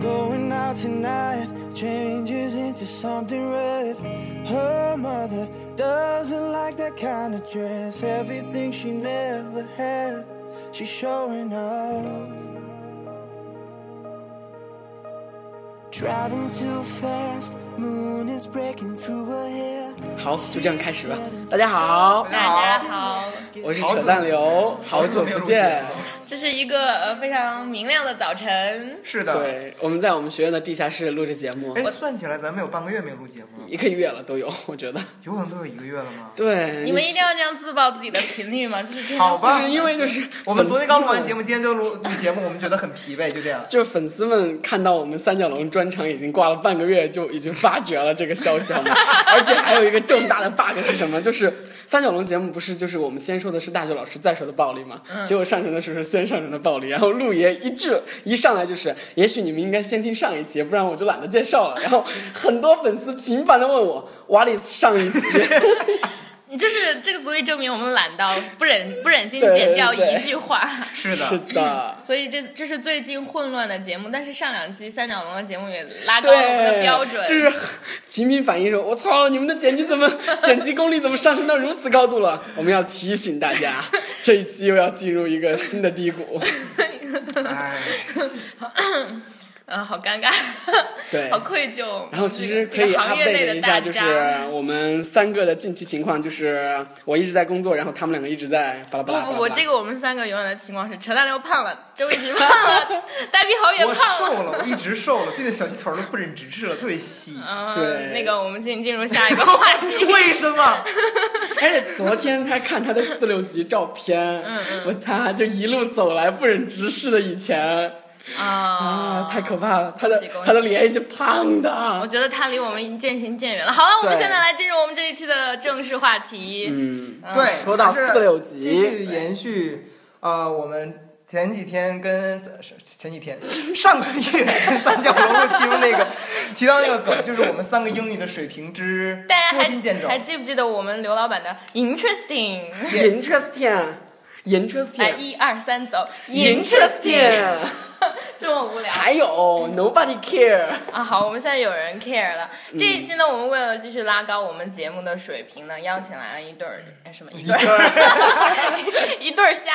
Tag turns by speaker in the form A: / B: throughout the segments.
A: Going out tonight changes into something red. Her mother doesn't like that kind of dress. Everything she never had, she's showing off. Driving too fast, moon is breaking through her hair.
B: 好，就这样开始吧。大家好，
C: 大家好，
B: 我是扯淡刘，好久不见。
C: 这是一个呃非常明亮的早晨。
D: 是的，
B: 对，我们在我们学院的地下室录制节目，
D: 哎，算起来咱们有半个月没录节目了，
B: 一个月了都有，我觉得。
D: 有可能都有一个月了吗？
B: 对，
C: 你们一定要这样自曝自己的频率 吗？就是这样
D: 好吧
B: 就是因为就是
D: 我们昨天刚录完节
B: 目，
D: 目，今天就录录节目，我们觉得很疲惫，就这样。
B: 就是粉丝们看到我们三角龙专场已经挂了半个月，就已经发觉了这个消息，好吗？ 而且还有一个重大的 bug 是什么？就是三角龙节目不是就是我们先说的是大学老师，再说的暴力嘛？结果上传的时候是先上传的暴力，然后陆爷一致一上来就是，也许你们应该先听上一期，不然我就懒得介绍了。然后很多粉丝频繁的问我，瓦里上一期。
C: 你就是这个足以证明我们懒到不忍不忍心
B: 对
C: 剪掉
B: 对
C: 一句话。
D: 是的，
B: 是的，
C: 所以这这是最近混乱的节目，但是上两期三角龙的节目也拉高
B: 对，
C: 了我们的标准。
B: 就是频频反映说：“我操，你们的剪辑怎 么剪辑功力怎么上升到如此高度了？”我们要提醒大家， 这一期又要进入一个新的低 谷。
D: 哎，
C: 嗯，好尴尬，
B: 对
C: 好，愧疚。
B: 然后其实可
C: 这
B: 以
C: 个行业
B: update
C: 内
B: 一
C: 的
B: 下，
C: 大
B: 就是
C: 家。
B: 我们三个的近期情况，就是我一直在工作，然后他们两个一直在巴拉巴
C: 不
B: 拉巴
C: 不
B: 拉。
C: 不，这个我们三个永远的情况是：陈大刘胖了，周一平 胖了，呆逼好也
D: 我
C: 胖了。
D: 瘦了，我一直瘦了，最近小细腿儿都不忍直视了，特别细。
C: 嗯，
B: 对
C: 那个我们请进入下一个话题。
D: 为什么？
B: 而且昨天他看他的四六级照 片，
C: 嗯
B: 我擦，就一路走来不忍直视的以前
C: 啊
B: 啊，太可怕了！他的
C: 恭喜恭喜
B: 他的脸已经胖的，
C: 我觉得他离我们已经渐行渐远了。好了，我们
B: 对
C: 现在来进入我们这一期的正式话题。
B: 嗯，
D: 对，
B: 说到
D: 就是
B: 四六级
D: 继续延续呃，我们前几天跟前几天上个月跟三角龙录节目那个提到那个梗，就是我们三个英语的水平之
C: 大家
D: 捉
C: 还
D: 襟见肘
C: 还。记不记得我们刘老板的 interesting？
D: Yes
B: interesting，interesting，
C: 来，一二三，走
B: interesting，
C: 这么无聊
B: 还有 nobody care，
C: 啊！好，我们现在有人 care 了。这一期呢，我们为了继续拉高我们节目的水平呢，邀请来了一对儿哎什么一对儿 一对儿虾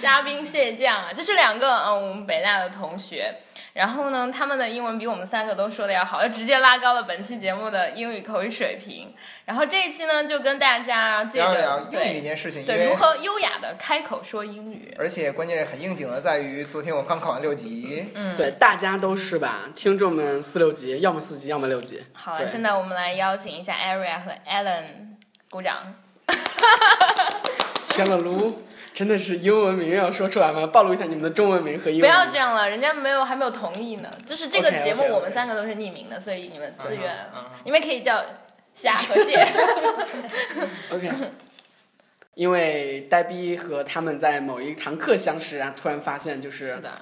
C: 虾兵蟹将啊，这是两个嗯我们北大的同学。然后呢，他们的英文比我们三个都说的要好，就直接拉高了本期节目的英语口语水平。然后这一期呢，就跟大家借
D: 聊
C: 着
D: 一聊英语这
C: 对
D: 件事情，因
C: 对
D: 为
C: 如何优雅的开口说英语。
D: 而且关键是很应景的，在于昨天我刚考完六级，
C: 嗯
B: 对，大家都是吧？听众们四六级，要么四级，要么六级。
C: 好了，
B: 对
C: 现在我们来邀请一下 Aria 和 Alan，鼓掌。
B: 天了噜，真的是英文名要说出来吗？暴露一下你们的中文名和英
C: 不
B: 文
C: 要这
B: 名。
C: 样了，人家没有还没有同意呢。就是这个
B: OK，OK，
C: 节目
B: OK
C: 我们三个都是匿名的，所以你们自愿
D: 嗯嗯嗯，
C: 你们可以叫虾和 蟹。
B: OK，因为呆逼和他们在某一堂课相识，啊然后突然发现就是
C: 是的，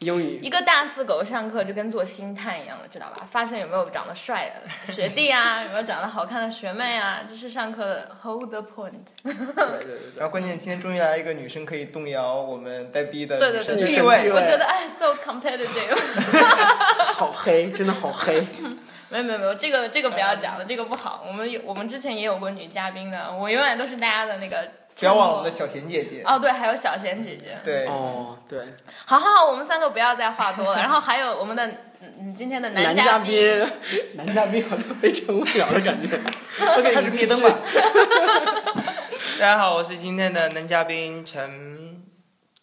B: 英语
C: 一个大四狗上课就跟做星探一样了，知道吧？发现有没有长得帅 的学弟啊，有没有长得好看的学妹啊，这是上课的 hold the point。
B: 对对对
D: 然
B: 对，
D: 后关键今天终于来一个女生可以动摇我们呆逼的
C: 对对
D: 女
C: 对
D: 生的
B: 女
D: 呃地
B: 生地
D: 位
B: 位。
C: 我觉得哎，so competitive。
B: 好黑，真的好黑。
C: 没有没有没有，这个这个不要
D: 嗯
C: 讲了，这个不好。我们有我们之前也有过女嘉宾的，我永远都是大家的那个。
D: 不要忘了我们的小贤姐姐。
C: 哦，对，还有小贤姐姐。
D: 对，
B: 哦，对，
C: 好好好，我们三个不要再话多了。然后还有我们的嗯嗯今天的
B: 男
C: 嘉
B: 嘉，宾， 男嘉宾好像非常无聊的 感觉。OK，
D: 开始灭灯吧。
E: 大家好，我是今天的男嘉宾陈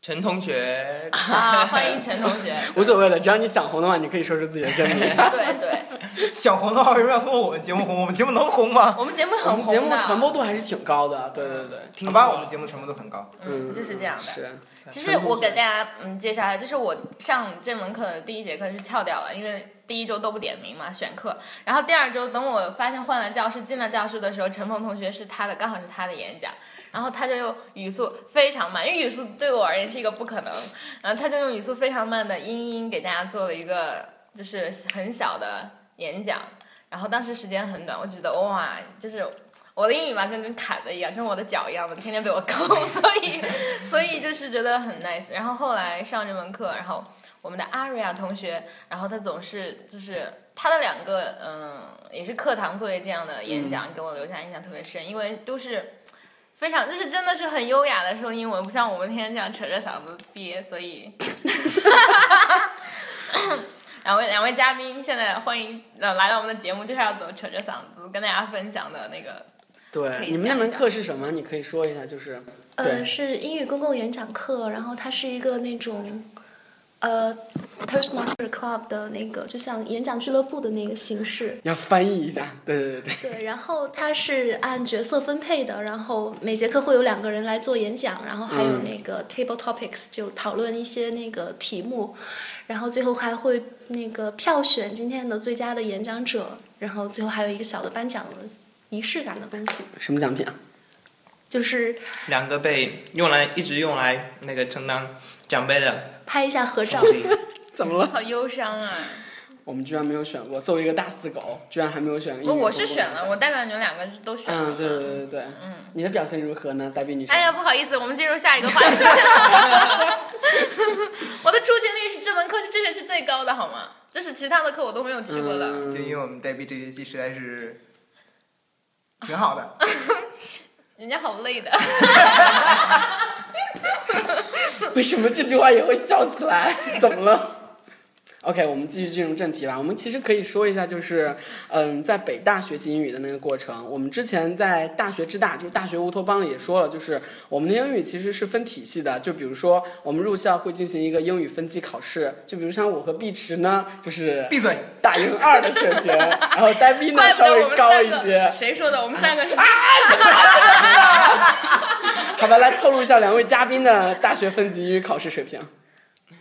E: 陈同 学。
C: 啊，欢迎陈同 学。
B: 无所谓的，只要你想红的话，你可以说出自己的真名。
C: 对对，
D: 想红的话，为什么要通过我们节目红？我们节目能红吗？
C: 我们节目
B: 我
C: 很
B: 们
C: 红
B: 节目
C: 的，啊嗯
B: 传播度还是挺高的，啊对对对，
D: 好吧，我们节目传播度很高。
B: 嗯，
C: 就是这样的。
B: 是，
C: 其实我给大家嗯介绍一下，就是我上这门课的第一节课是翘掉了，因为第一周都不点名嘛，选课。然后第二周等我发现换了教室，进了教室的时候，陈鹏同学是他的，刚好是他的演讲，然后他就用语速非常慢，因为语速对我而言是一个不可能，然后他就用语速非常慢的音音给大家做了一个就是很小的演讲。然后当时时间很短，我觉得哇，就是我的英语嘛，跟跟砍的一样，跟我的脚一样的，天天被 我抠，所以所以就是觉得很 nice。然后后来上这门课，然后我们的 Aria 同学，然后他总是就是他的两个嗯，也是课堂作业这样的演讲，给我留下印象特别深，因为都是非常就是真的是很优雅的说英文，不像我们天天这样扯着嗓子憋，所以。两位两位嘉宾，现在欢迎呃来到我们的节目，就是要走扯着嗓子跟大家分享的那个可
B: 对，
C: 以
B: 你们那
C: 讲一
B: 门
C: 讲
B: 课是什么？你可以说一下，就是
F: 呃，
B: 对
F: 是英语公共演讲课，然后它是一个那种，呃，Toastmaster Club 的那个，就像演讲俱乐部的那个形 式。
B: 要翻译一下。对对对对，
F: 对，然后它是按角色分配的，然后每节课会有两个人来做演讲，然后还有那个 table topics 就讨论一些那个题目，然后最后还会那个票选今天的最佳的演讲者，然后最后还有一个小的颁奖的仪式感的东西，
B: 什么奖品 啊？
F: 就是
E: 两个被用来一直用来那个承担奖杯的，
F: 拍一下合照。
B: 怎么了？
C: 好忧伤啊！
B: 我们居然没有选过，作为一个大四狗，居然还没有选英语
C: 我
B: 公共
C: 哦我
B: 演讲。
C: 是选了，我代表你们两个都选了。
B: 嗯，对对对对对，嗯，你的表现如何呢，呆逼女生？
C: 哎呀，不好意思，我们进入下一个话题。我的出勤率是这门课是这学期最高的，好吗？就是其他的课我都没有去过的。
D: 就因为我们代币这学期实在是挺好的，
C: 人家好累的，
B: 为什么这句话也会笑起来？ 怎么了？OK，我们继续进入正题吧。我们其实可以说一下，就是嗯，在北大学习英语的那个过程。我们之前在大学之大，就是大学乌托邦里也说了，就是我们的英语其实是分体系的。就比如说，我们入校会进行一个英语分级考试。就比如像我和碧池呢，就是
D: 闭嘴！
B: 大英二的水平，然后呆逼呢
C: 怪不
B: 稍
C: 得我
B: 微
C: 们
B: 高
C: 三
B: 一些
C: 个。。谁说的？我们三个是
B: 好吧，来透露一下两位嘉宾的大学分级英语考试水平。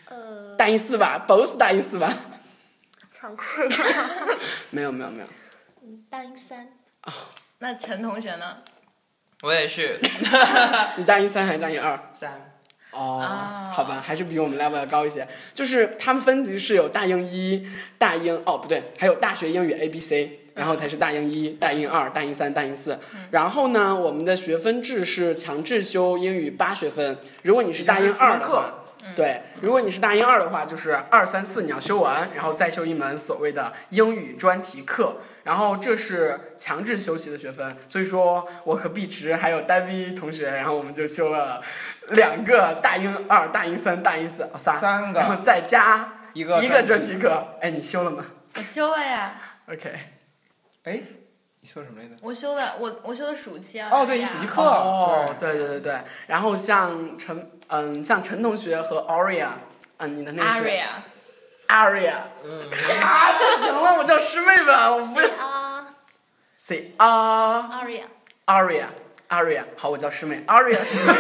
F: 呃，
B: 大一四吧，both 大一四吧。
F: 惭愧。
B: 没有没有没有，
F: 大英三，
C: 那陈同学呢？
E: 我也是
B: 你大一三还是大一二？
E: 三，
B: 哦，
C: 啊
B: 好吧，还是比我们 level 要高一些。就是他们分级是有大英一、大英哦不对，还有大学英语 A B C，然后才是大英一、大英二、大英三、大英四。然后呢，我们的学分制是强制修英语八学分，如果你是大英二的
D: 就是四门
B: 话
D: 课。
B: 对，如果你是大英二的话，就是二三四你要修完，然后再修一门所谓的英语专题课，然后这是强制修习的学分。所以说，我和毕池还有呆逼同学，然后我们就修了两个大英二、大英三、大英四，哦仨，
D: 三个
B: 然后再加
D: 一个
B: 一个专题课。哎，你修了吗
C: 我修了呀，
B: ？OK，
D: 哎，你说什么来着？
C: 我修了，我我修的暑期啊。
D: 哦，对，
C: 大
D: 你
C: 家
D: 暑期课。
B: 哦，对对对对，然后像陈嗯，像陈同学和 Aria，嗯，你的那个是
C: Aria，
B: Aria，啊，
D: 嗯
B: 不行了，我叫师妹吧，我不要。
F: 啊
B: C R
F: ，Aria，
B: Aria Aria，好，我叫师妹 Aria 师妹。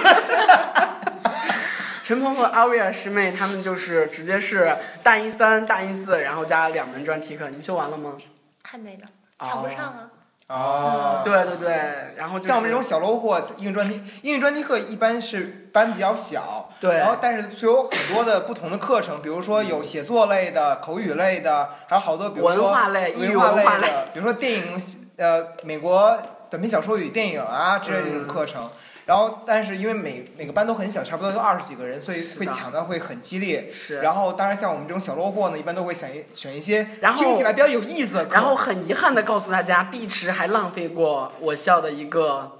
B: 陈鹏和 Aria 师妹，他们就是直接是大一三、大一四，然后加两门专题课。你们修完了吗？
F: 还没呢，抢不上啊。
D: 对哦，
B: 对对对，然后就是
D: 像我们这种小 low 货，英语专题，英语专题课一般是班比较小，
B: 对
D: 然后但是就有很多的不同的课程，比如说有写作类的、口语类的，还有好多比如说
B: 文化类英语
D: 文化
B: 文化类
D: 的，比如说电影，呃，美国短篇小说与电影啊之类的这
B: 嗯
D: 种课程。然后，但是因为每每个班都很小，差不多就二十几个人，所以
B: 是的
D: 会抢的会很激烈。
B: 是
D: 然后，当然像我们这种小 low 货呢，一般都会选一选一些
B: 然后
D: 听起来比较有意思的课。
B: 然后很遗憾的告诉大家，碧池还浪费过我校的一个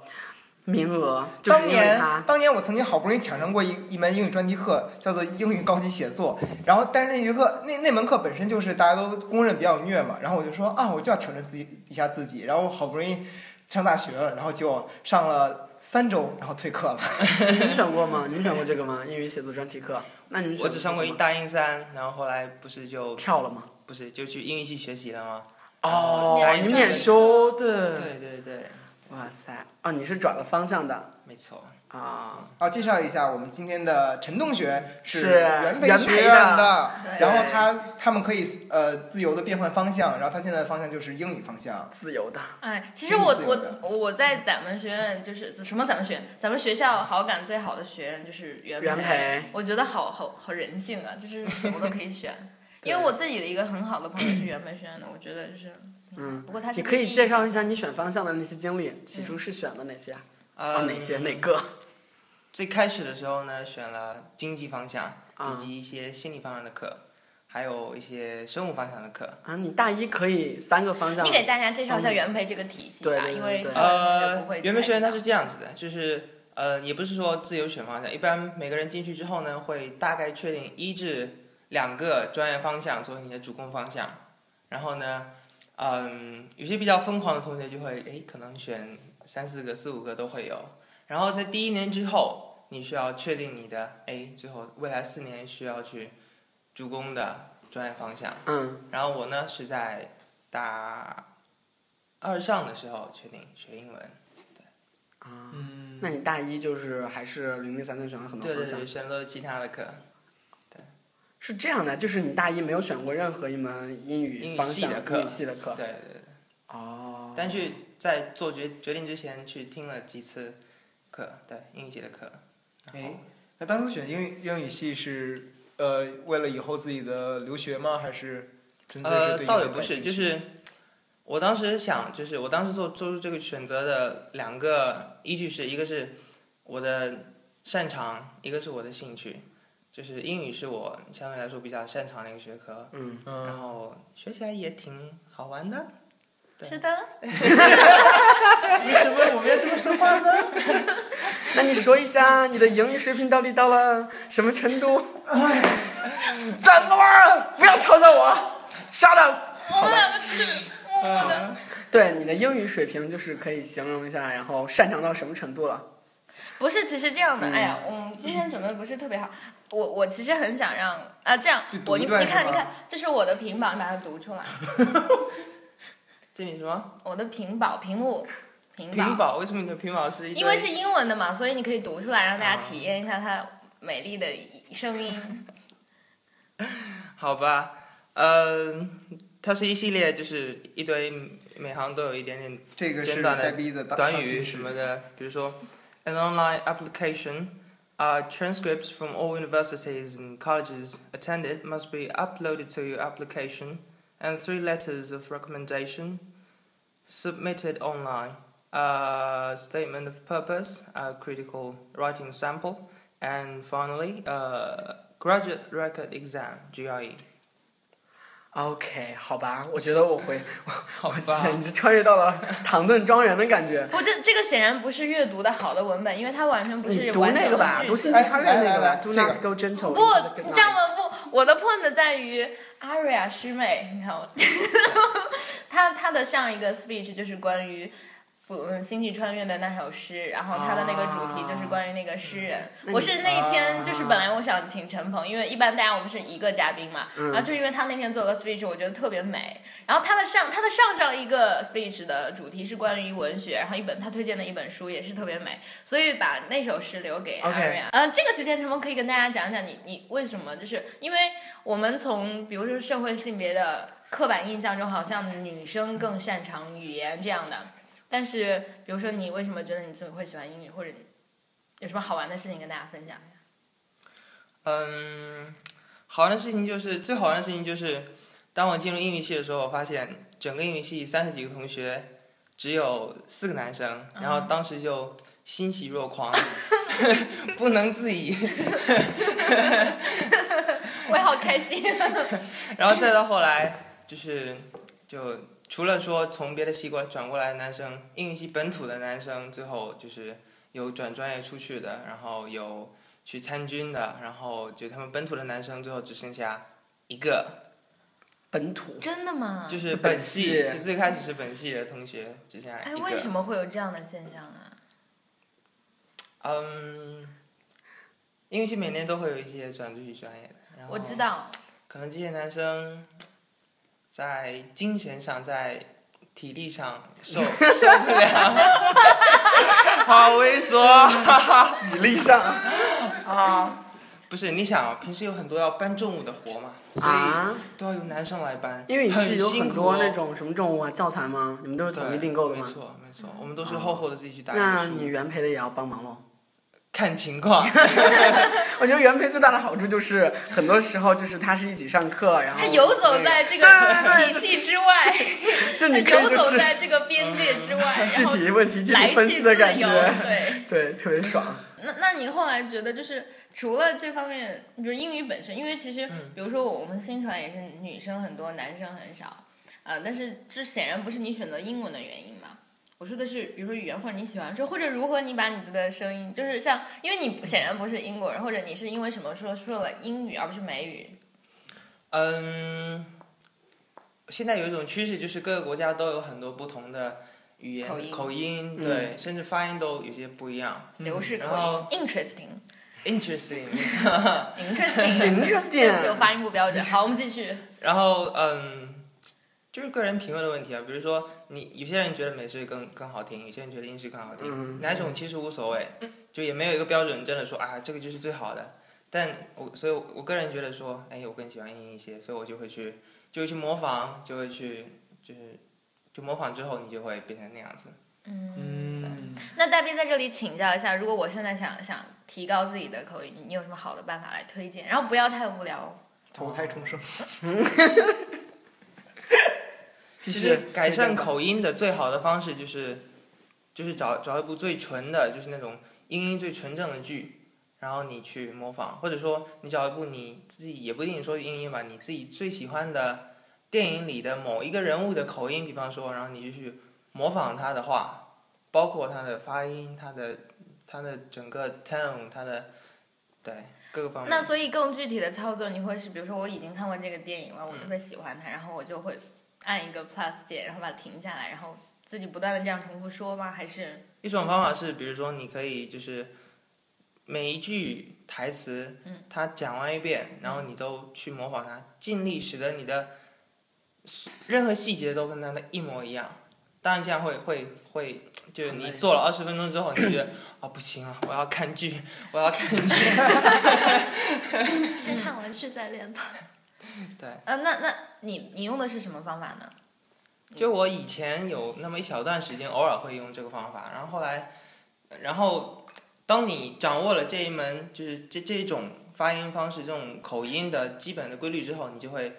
B: 名额，就是因
D: 当
B: 为
D: 年
B: 他，
D: 当年我曾经好不容易抢上过一一门英语专题课，叫做英语高级写作。然后，但是那节课那那门课本身就是大家都公认比较虐嘛。然后我就说啊，我就要挑战自己一下自己。然后我好不容易上大学了，然后就上了三周，然后退课了。
B: 你们选过吗？你们选过这个吗？英语写作专题课？那你们
E: 我只上过一
B: 大
E: 大英三，然后后来不是就
B: 跳了吗？
E: 不是就去英语系学习了吗？
B: 哦
E: 免，
B: 你
E: 修
B: 免修，对，
E: 对对对，
B: 哇塞，啊，你是转了方向的
E: 没错。
B: 啊，
D: 然后介绍一下我们今天的陈同学
B: 是
D: 原培
B: 原
D: 学
B: 培
D: 院
B: 的
D: 的
C: 对
D: 然后他他们可以呃自由的变换方向，然后他现在的方向就是英语方向。
B: 自由的。
C: 哎，其实我
D: 亲自有的
C: 我我在咱们学院就是什么咱们学院，咱们学校好感最好的学院就是原
B: 原培
C: 我觉得好好好人性啊，就是 什么都可以选。因为我自己的一个很好的朋友是原培学院的，我觉得就是，
B: 嗯，
C: 不过他是
B: 你可以
C: 第一
B: 介绍一下你选方向的那些经历，起初是选了哪些？啊，
E: 呃，
B: 哪些？哪个？
E: 最开始的时候呢，选了经济方向
B: 啊
E: 以及一些心理方面的课。还有一些生物方向的课。
B: 啊，你大一可以三个方向
C: 你，给大家介绍一下元培这个体
B: 嗯
C: 系
B: 对
C: 吧，
B: 对对
C: 因为
B: 对
C: 小朋友也
E: 呃
C: 不会，
E: 原本学院
C: 太
E: 它是这样子的，就是呃，也不是说自由选方向，一般每个人进去之后呢，会大概确定一至两个专业方向作为你的主攻方向，然后呢，嗯、有些比较疯狂的同学就会诶，可能选三四个、四五个都会有，然后在第一年之后，你需要确定你的诶，最后未来四年需要去主攻的专业方向。
B: 嗯，
E: 然后我呢是在大二上的时候确定学英文，
D: 嗯
B: 那你大一就是还是零零散散选了很多
E: 对对
B: 方向
E: 对，，选了其他的课，
B: 是这样的，就是你大一没有选过任何一门英
E: 英
B: 语
E: 语
B: 方
E: 系
B: 向
E: 的课
B: 英语系的
E: 对
B: 课，
E: 对对。
B: 哦
E: 但是在做决决定之前去听了几次课，对英语系的课，然后
D: 哎那当初选英语英语系是呃为了以后自己的留学吗？还是纯粹是
E: 呃，
D: 对英
E: 倒也
D: 文
E: 不
D: 感
E: 是，
D: 兴趣
E: 就是我当时想，就是我当时做做出这个选择的两个依据是，一个是我的擅长，一个是我的兴趣。就是英语是我相对来说比较擅长的一个学科，
B: 嗯，
E: 然
D: 嗯，
E: 后学起来也挺好玩的。对
C: 是的，
D: 为什么我们 要这么说话呢？
B: 那你说一下你的英语水平到底到了什么程度？
E: 哎
B: 怎么了？不要嘲笑我，shut up。
C: 我们两个是，我
D: 啊
C: 的。
B: 对你的英语水平就是可以形容一下，然后擅长到什么程度了？
C: 不是，其实这
B: 嗯
C: 样的，哎呀，我们今天准备不是特别好。我我其实很想让啊，这样
D: 就读
C: 我
D: 一
C: 你
D: 段
C: 你看
D: 是吧
C: 你看，这是我的屏保，你把它读出来。
E: 这你什么？
C: 我的屏保屏幕屏保，
E: 屏保？为什么你的屏保是一堆？
C: 嗯因为是英文的嘛，所以你可以读出来，让
B: 啊
C: 大家体验一下它美丽的声音。
E: 好吧，嗯、它是一系列，就是一堆每行都有一点点
D: 这个是
E: 简短的
D: 代币的大
E: 短
D: 上
E: 语
D: 心
E: 什
D: 事
E: 么的，比如说，an online application, uh, transcripts from all universities and colleges attended must be uploaded to your application, and three letters of recommendation submitted online. A statement of purpose, a critical writing sample, and finally, a graduate record exam E. (GRE).
B: OK，好吧，我觉得我回，
E: 好吧，
B: 简直穿越到了唐顿庄园的感觉。
C: 不，这这个显然不是阅读的好的文本，因为它完全不
B: 你
C: 是
B: 读
C: 完整
B: 那个
C: 的
B: 吧，
C: 句
B: 读《
C: 子
B: 星际穿越》
D: 哎来
B: 那个吧
D: 来
B: ，Do
D: 这个
B: not go gentle。
C: 不，你知道吗？不，我的 point 在于 Aria 师妹，你看我， 她她的上一个 speech 就是关于。嗯，星际穿越的那首诗，然后她的那个主题就是关于那个诗人。
B: 啊嗯那
C: 我
B: 你啊
C: 是那一天就是本来我想请陈鹏，因为一般大家我们是一个嘉宾嘛，
B: 嗯
C: 然后就因为他那天做了 speech，我觉得特别美。然后他的上他的上上一个 speech 的主题是关于文学，然后一本他推荐的一本书也是特别美，所以把那首诗留给
B: OK
C: 阿瑞亚。呃，这个期间陈鹏可以跟大家讲讲你你为什么，就是因为我们从比如说社会性别的刻板印象中，好像女生更擅长语言这样的，但是比如说你为什么觉得你自己会喜欢英语，或者你有什么好玩的事情跟大家分享？
E: 嗯，好玩的事情就是最好玩的事情就是，当我进入英语系的时候，我发现整个英语系三十几个同学，只有四个男生，然后当时就欣喜若狂，不能自已。
C: 我也好开心。
E: 然后再到后来就是就除了说从别的系过来转过来的男生，英语系本土的男生，最后就是有转专业出去的，然后有去参军的，然后就他们本土的男生最后只剩下一个。
B: 本土
C: 真的吗？
E: 就是
B: 本
E: 本
B: 系
E: 系，就最开始是本系的同学，就这样
C: 哎，
E: 一
C: 为什
E: 个。
C: 么会有这样的现象啊？
E: 嗯，因为系每年都会有一些转出去专业的，然后
C: 我知，道，
E: 可能这些男生在精神上、在体力上 受受不了，好猥琐。
B: 体力上
E: 不是，你想啊，平时有很多要搬重物的活嘛，所以
B: 啊，
E: 都要由男生来搬，
B: 因为你是
E: 很
B: 有
E: 辛
B: 很
E: 苦
B: 多
E: 哦
B: 那种什么重物啊、教材吗？你们都是统一
E: 对
B: 订购的
E: 没
B: 吗？
C: 嗯
E: 错没错，我们都是厚厚的自己去打印
B: 那
E: 书
B: 你原培的也要帮忙喽。
E: 看情况。
B: 我觉得原配最大的好处就是，很多时候就是他是一起上课，然后
C: 他游走在这个
B: 哦对对
C: 体
B: 对
C: 系之外，
B: 就
C: 他
B: 你可以
C: 游
B: 就
C: 走
B: 是嗯
C: 在这个边界之外，
B: 具
C: 然后
B: 体问题具
C: 来
B: 体分
C: 去
B: 析
C: 自
B: 的
C: 由。
B: 感觉，
C: 对，
B: 对，特别爽。
C: 那那你后来觉得就是除了这方面，比如英语本身，因为其实
B: 嗯
C: 比如说我们新传也是女生很多，男生很少，呃，但是这显然不是你选择英文的原因嘛。我说的是，比如说语言，或者你喜欢说，或者如何你把你自己的声音，就是像，因为你显然不是英国人，或者你是因为什么说说了英语而不是美语，
E: 嗯，现在有一种趋势，就是各个国家都有很多不同的语言
C: 口音
E: 音
C: 嗯
E: 对，甚至发音都有些不一 样。
B: 嗯
C: 流逝
E: 然后
C: 口音，interesting。
E: Interesting。
C: interesting，
B: Interesting
C: 就发音不标准。好，我们继续。
E: 然后嗯，就是个人品味的问题啊。比如说，你有些人觉得美式更更好听，有些人觉得英式更好听，
D: 嗯
E: 哪种其实无所谓，就也没有一个标准真的说啊这个就是最好的。但我所以我，我个人觉得说，哎，我更喜欢英一些，所以我就会去就会去模仿，就会去就是就模仿之后，你就会变成那样子。
D: 嗯，
C: 那戴斌在这里请教一下，如果我现在想想提高自己的口语，你有什么好的办法来推荐？然后不要太无聊哦。
D: 投胎重生。
E: 其
B: 继续
E: 实改善
B: 推荐吧
E: 口音的最好的方式就是，就是找找一部最纯的，就是那种英音最纯正的剧，然后你去模仿，或者说你找一部你自己也不一定说是英音吧，你自己最喜欢的电影里的某一个人物的口音，比方说，然后你就去模仿他的话，包括他的发音、他的他的整个 tone、他的对各个方面。
C: 那所以更具体的操作，你会是比如说我已经看过这个电影了，我特别喜欢它，然后我就会按一个 plus 键，然后把它停下来，然后自己不断的这样重复说吗？还是
E: 一种方法是，比如说你可以就是每一句台词，
C: 嗯
E: 他讲完一遍，然后你都去模仿他，尽力使得你的任何细节都跟他的一模一样。当然这样会会会，就是你做了二十分钟之后，你就觉得啊不行了，我要看剧，我要看剧。
F: 先看完剧再练吧。
E: 对，
C: 呃，那那你你用的是什么方法呢？
E: 就我以前有那么一小段时间，偶尔会用这个方法，然后后来，然后当你掌握了这一门就是这这一种发音方式、这种口音的基本的规律之后，你就会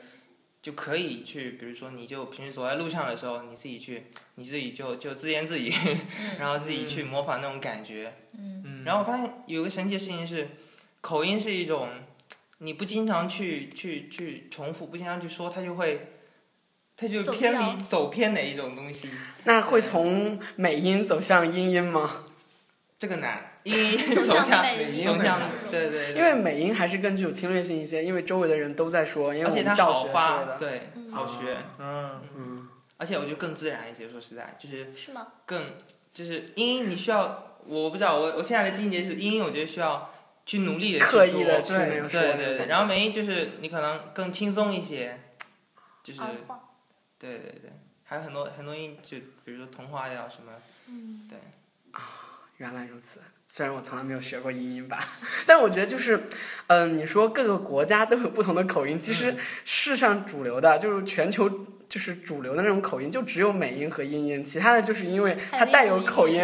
E: 就可以去，比如说你就平时走在路上的时候，你自己去，你自己就就自言自语，
C: 嗯
E: 然后自己去模仿那种感觉。
D: 嗯，
E: 然后我发现有个神奇的事情是，口音是一种你不经常去去去重复，不经常去说，它就会它就
F: 走
E: 偏离
F: 调
E: 走偏的一种东西。
B: 那会从美音走向英音吗？
E: 这个难，英音
F: 走
E: 走
F: 向
E: 向
F: 美音
D: 走
E: 走向
D: 向
E: 对对对，
B: 因为美音还是更具有侵略性一些，因为周围的人都在说，因为
E: 而
B: 我
E: 且
B: 们
E: 它
B: 教
E: 好
B: 学之
E: 发
B: 类，的。
E: 对，
F: 嗯
E: 好学，
D: 嗯，
B: 嗯，
E: 而且我觉得更自然一些。说实在，就是
F: 是吗？
E: 更就是英音，你需要我不知道，我我现在的境界是英音，我觉得需要去努力的
B: 刻意的去
D: 对
B: 那个说
E: 对对
B: 那
E: 对，
B: 个。
E: 然后美音就是你可能更轻松一些，就是
B: 啊
F: 儿化，
E: 对对对，还有很多很多音，就比如说同化调什么，
F: 嗯，
B: 原来如此，虽然我从来没有学过英音吧，但我觉得就是，嗯、你说各个国家都有不同的口音，其实
E: 嗯
B: 世上主流的，就是全球就是主流的那种口音，就只有美音和英音，其他的就是因为它带有口音。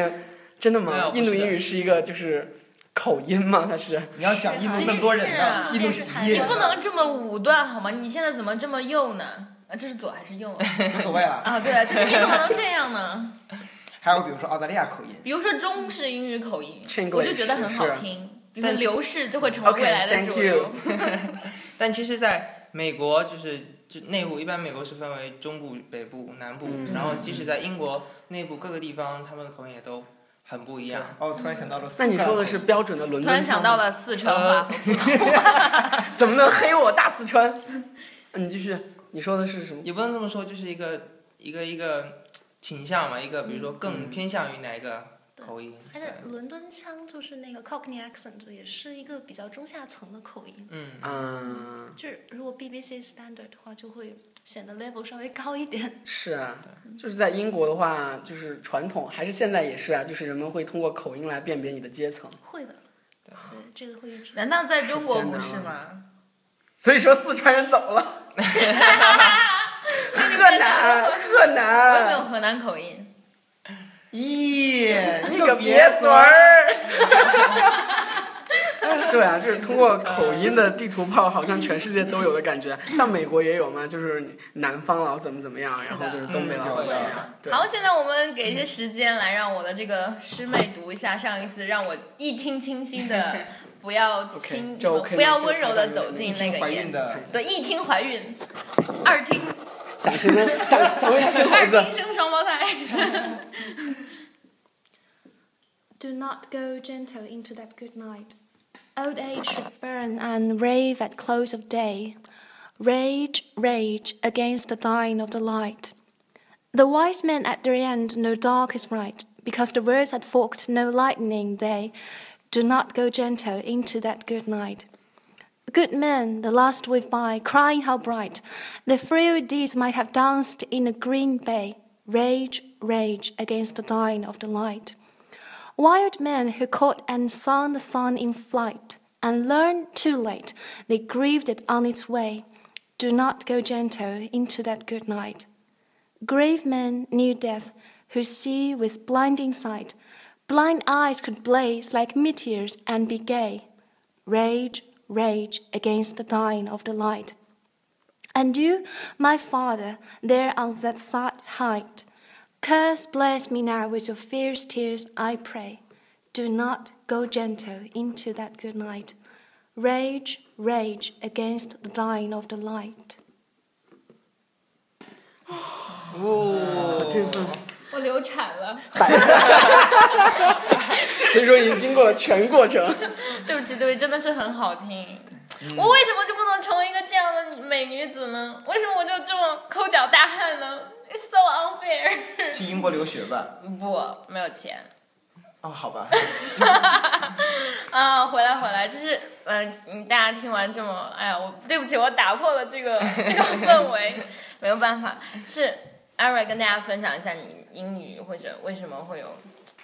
B: 真的
E: 没有
B: 吗？
E: 不
B: 印度
E: 啊是的
B: 英语是一个就是口音吗？它是
D: 你要想
F: 是
D: 印度
F: 啊
D: 那么多人
C: 是
D: 呢
C: 啊，
D: 印度企
C: 你
D: 业呢，
F: 对
C: 不能这么武断好吗？你现在怎么这么右呢？啊，这是左还是右啊？
D: 无所谓了。
C: 啊，对啊，就是你怎么能这样呢？
D: 还有比如说澳大利亚口音，
C: 比如说中式英语口音，
B: Chinglish，
C: 我就觉得很好
B: 是
C: 听。比如
E: 但
C: 说刘氏就会成为未来的
B: OK，thank
C: 主流。
E: 但其实，在美国就是就内部，一般美国是分为中部、北部、南部，
B: 嗯
E: 然后即使在英国内部各个地方，他们的口音也都很不一样。
D: 哦，突然想 到了。
B: 那你说的是？标准的伦敦
C: 突
B: 腔吗？
C: 然想到了四川话，
B: 怎么能黑我大四川？嗯你继续，你说的是什么？
E: 也不能这么说，就是一个一个一个倾向嘛，一个比如
B: 嗯
E: 说更偏向于哪一个口音。
F: 而
E: 对
F: 且伦敦腔就是那个 Cockney accent，也是一个比较中下层的口音。
E: 嗯，
B: 嗯，
F: 就是如果 BBC standard 的话，就会显得 level 稍微高一点。
B: 是啊，就是在英国的话，就是传统还是现在也是啊，就是人们会通过口音来辨别你的阶层。
F: 会的，对，这个会一直。
C: 难道在中国不是吗？
B: 所以说四川人走了， 河南，河
C: 我有没有
B: 南，
C: 河南口音？
D: 咦，
B: 你
D: 个
B: 别孙！
D: 损
B: 儿， 对啊，就是通过口音的地图炮，好像全世界都有的感觉。像美国也有嘛，就是南方佬怎么怎么样，然后就是东北佬
D: 嗯
B: 怎么
D: 对
B: 样
D: 的。
B: 对
C: 好，现在我们给一些时间来让我的这个师妹读一下上一次让我一听倾心的，不要
B: OK，
C: 轻，
B: 这 OK 吗
C: 不要温柔的走进
D: 挺
C: 那
D: 怀
C: 个
D: 孕
C: 眼。
D: 的，
C: 对，一听怀孕，二听
B: 想生想想为他生
C: 二
B: 孩 子
C: 听，生双 胞胎。
F: Do not go gentle into that good night. Old age should burn and rave at close of day. Rage, rage against the dying of the light. The wise men at their end know dark is right, because the words had forked no lightning they. Do not go gentle into that good night. Good men, the last wave by, crying how bright their frail deeds might have danced in a green bay. Rage, rage against the dying of the light. Wild men who caught and saw the sun in flight and learned too late they grieved it on its way. Do not go gentle into that good night. Grave men knew death who see with blinding sight. Blind eyes could blaze like meteors and be gay. Rage, rage against the dying of the light. And you, my father, there on that sad height, curse bless me now with your fierce tears, I pray. Do not go gentle into that good night. Rage, rage against the dying of the light.
C: 我流产了，
B: 所以说已经经过了全过程。
C: 对不起，对不起，真的是很好听。我为什么就不能成为一个这样的美女子呢？为什么我就这么抠脚大汉呢？It's so unfair。
D: 去英国留学吧。
C: 不，没有钱。
D: 哦，好 吧，
C: 啊，回来回来，就是嗯，你大家听完这么，哎呀，我对不起，我打破了这 个这个氛围，没有办法。是艾瑞跟大家分享一下你英语或者为什么会有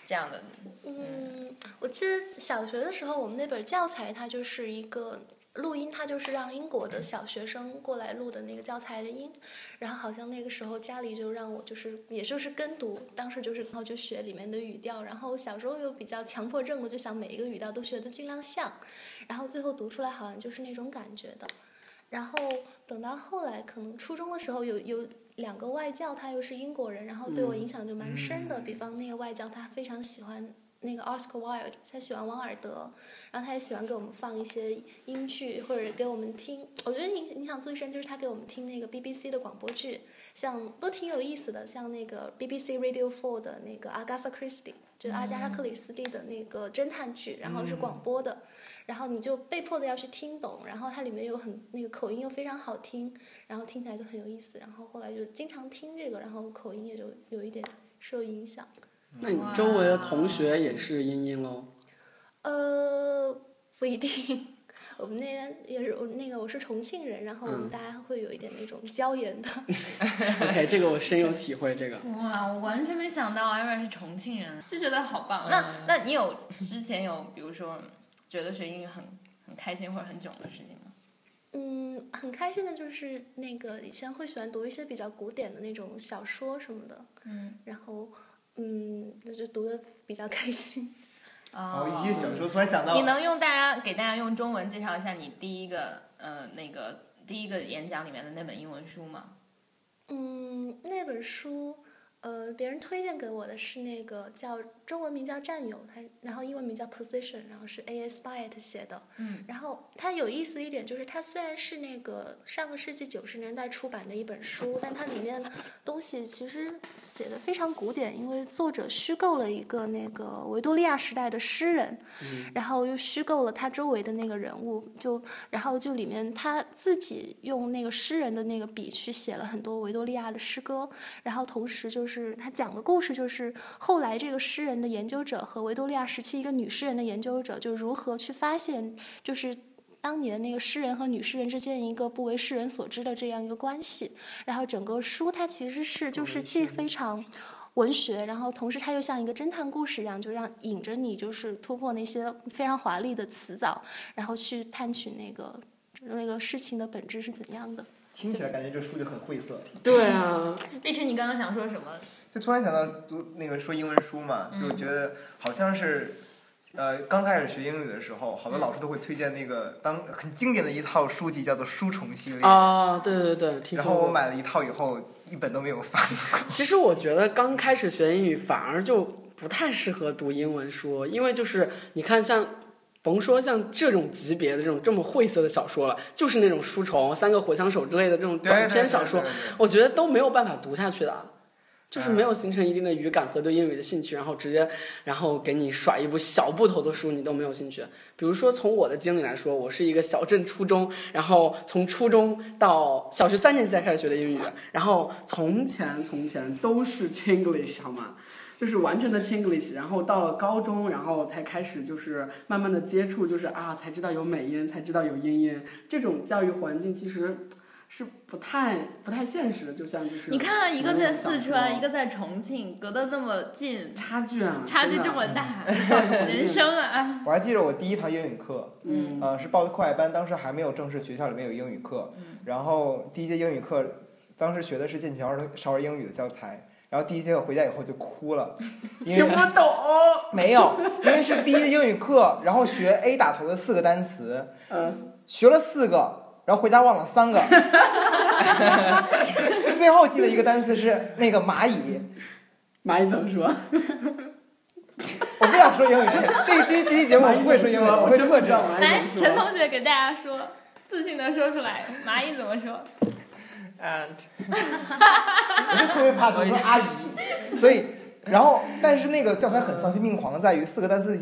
C: 这样的，
F: 嗯，我记得小学的时候，我们那本教材它就是一个录音，它就是让英国的小学生过来录的那个教材的音。然后好像那个时候家里就让我就是也就是跟读，当时就是然后就学里面的语调。然后小时候又比较强迫症的，就想每一个语调都学的尽量像，然后最后读出来好像就是那种感觉的。然后等到后来，可能初中的时候有有两个外教，他又是英国人，然后对我影响就蛮深的。比方那个外教，他非常喜欢那个 Oscar Wilde，他喜欢王尔德，然后他也喜欢给我们放一些英剧，或者给我们听。我觉得影影响最深就是他给我们听那个 BBC 的广播剧，像都挺有意思的，像那个 BBC Radio Four 的那个 Agatha Christie，就是阿加莎克里斯蒂的那个侦探剧，然后是广播的。然后你就被迫的要去听懂，然后它里面有很那个口音又非常好听，然后听起来就很有意思，然后后来就经常听这个，然后口音也就有一点受影响。
B: 那你周围的同学也是英英喽？
F: 呃，不一定。我们那边也是，我那个我是重庆人，然后我们
B: 嗯
F: 大家会有一点那种椒盐的。
B: OK，这 个我深有体会。这个
C: 哇，我完全没想到艾瑞是重庆人，就觉得好棒。啊那那你有之前有比如说觉得学英语很很开心或者很囧的事情吗？
F: 嗯，很开心的就是那个以前会喜欢读一些比较古典的那种小说什么的，
C: 嗯，
F: 然后嗯，就就读的比较开心。
D: 哦，一些小说突然想到
C: 你，能用大家给大家用中文介绍一下你第一个呃那个第一个演讲里面的那本英文书吗？
F: 嗯，那本书，呃，别人推荐给我的是那个叫中文名叫《占有》，它然后英文名叫《Position》，然后是 A.S. Byatt E 写的。
C: 嗯。
F: 然后它有意思的一点就是，它虽然是那个上个世纪九十年代出版的一本书，但它里面东西其实写的非常古典，因为作者虚构了一个那个维多利亚时代的诗人，然后又虚构了他周围的那个人物，就然后就里面他自己用那个诗人的那个笔去写了很多维多利亚的诗歌，然后同时就是他讲的故事就是后来这个诗人的研究者和维多利亚时期一个女诗人的研究者就如何去发现就是。当年那个诗人和女诗人之间一个不为世人所知的这样一个关系，然后整个书它其实是就是既非常文学，然后同时它又像一个侦探故事一样，就让引着你就是突破那些非常华丽的词藻，然后去探取那个那个事情的本质是怎样的。
D: 听起来感觉这书就很晦涩。
B: 对啊，
C: 碧池，你刚刚想说什么？
D: 嗯就突然想到读那个说英文书嘛，就觉得好像是呃，刚开始学英语的时候，好多老师都会推荐那个当很经典的一套书籍，叫做《书虫》系列。
B: 啊，对对对，听
D: 然
B: 说
D: 后我
B: 过。
D: 买了一套以后，一本都没有翻。
B: 其实我觉得刚开始学英语反而就不太适合读英文书，因为就是你看像。甭说像这种级别的这种这么晦涩的小说了，就是那种书虫、三个火枪手之类的这种
D: 对对
B: 短篇小说，
D: 对对对
B: 我觉得都没有办法读下去的，就是没有形成一定的语感和对英语的兴趣，然后直接然后给你甩一部小部头的书，你都没有兴趣。比如说从我的经历来说，我是一个小镇初中，然后从初中到小学三年级才开始学的英语，然后从前从前都是 Chinglish 好吗？就是完全的 Chinglish，然后到了高中，然后才开始就是慢慢的接触，就是啊，才知道有美音，才知道有英音，这种教育环境其实是不太不太现实的，就像就是
C: 你看啊，一个在四
B: 嗯
C: 川，一个在重庆，隔得那么近，
B: 差距啊，
C: 差距
B: 真的
C: 这么大，
B: 教育环境
C: 人生啊，
D: 我还记得我第一堂英语课，
B: 嗯
D: 呃，是报的课外班，当时还没有正式学校里面有英语课。
B: 嗯
D: 然后第一节英语课，当时学的是剑桥儿少儿英语的教材。然后第一节课回家以后就哭了， 因为
B: 听不懂，
D: 没有，因为是第一节英语课，然后学 A 打头的四个单词，
B: 嗯，
D: 学了四个，然后回家忘了三个， 最后记得一个单词是那个蚂蚁。
B: 蚂蚁怎么说？
D: 我不想说英语，这这一期第一节目我不会说英
B: 蚂
D: 语，
B: 蚁怎么
D: 我
B: 我
D: 会
B: 真不
D: 克
B: 知
D: 制
B: 道
D: 的。
B: 蚂
C: 来，
B: 蚁怎
C: 陈
B: 么说。
C: 同学给大家说，自信的说出来，蚂蚁怎么说？
E: And
D: 我就特别怕读成阿姨，所以然后但是那个教材很丧心病狂的在于四个单词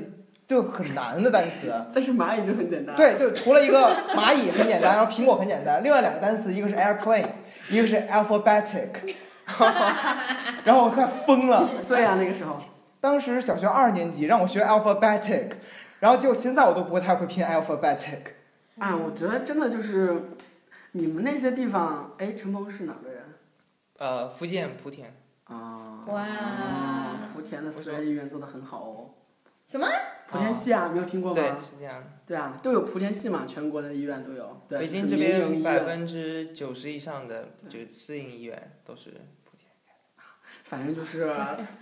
D: 就很难的单词。
B: 但是蚂蚁就很简单，，
D: 对，就除了一个蚂蚁很简单，然后苹果很简单，另外两个单词，一个是 airplane，一个是 alphabetic，然后我快疯了。
B: 几岁啊那个时候？
D: 当时小学二年级让我学 alphabetic，然后结果现在我都不太会拼 alphabetic。
B: 啊，我觉得真的就是你们那些地方，哎，陈鹏是哪儿的人？
E: 呃，福建莆田，
B: 啊，
C: 哇
B: 啊莆田的私人医院做的很好哦。
C: 什么？
B: 莆田系啊，没有听过
E: 对，
B: 吗？
E: 是这样。
B: 对啊，都有莆田系嘛，全国的医院都有。对，
E: 北京
B: 就是
E: 这
B: 民营
E: 边
B: 医
E: 百
B: 院，啊
E: 分之九十以上的就私营医院都是
B: 反正就是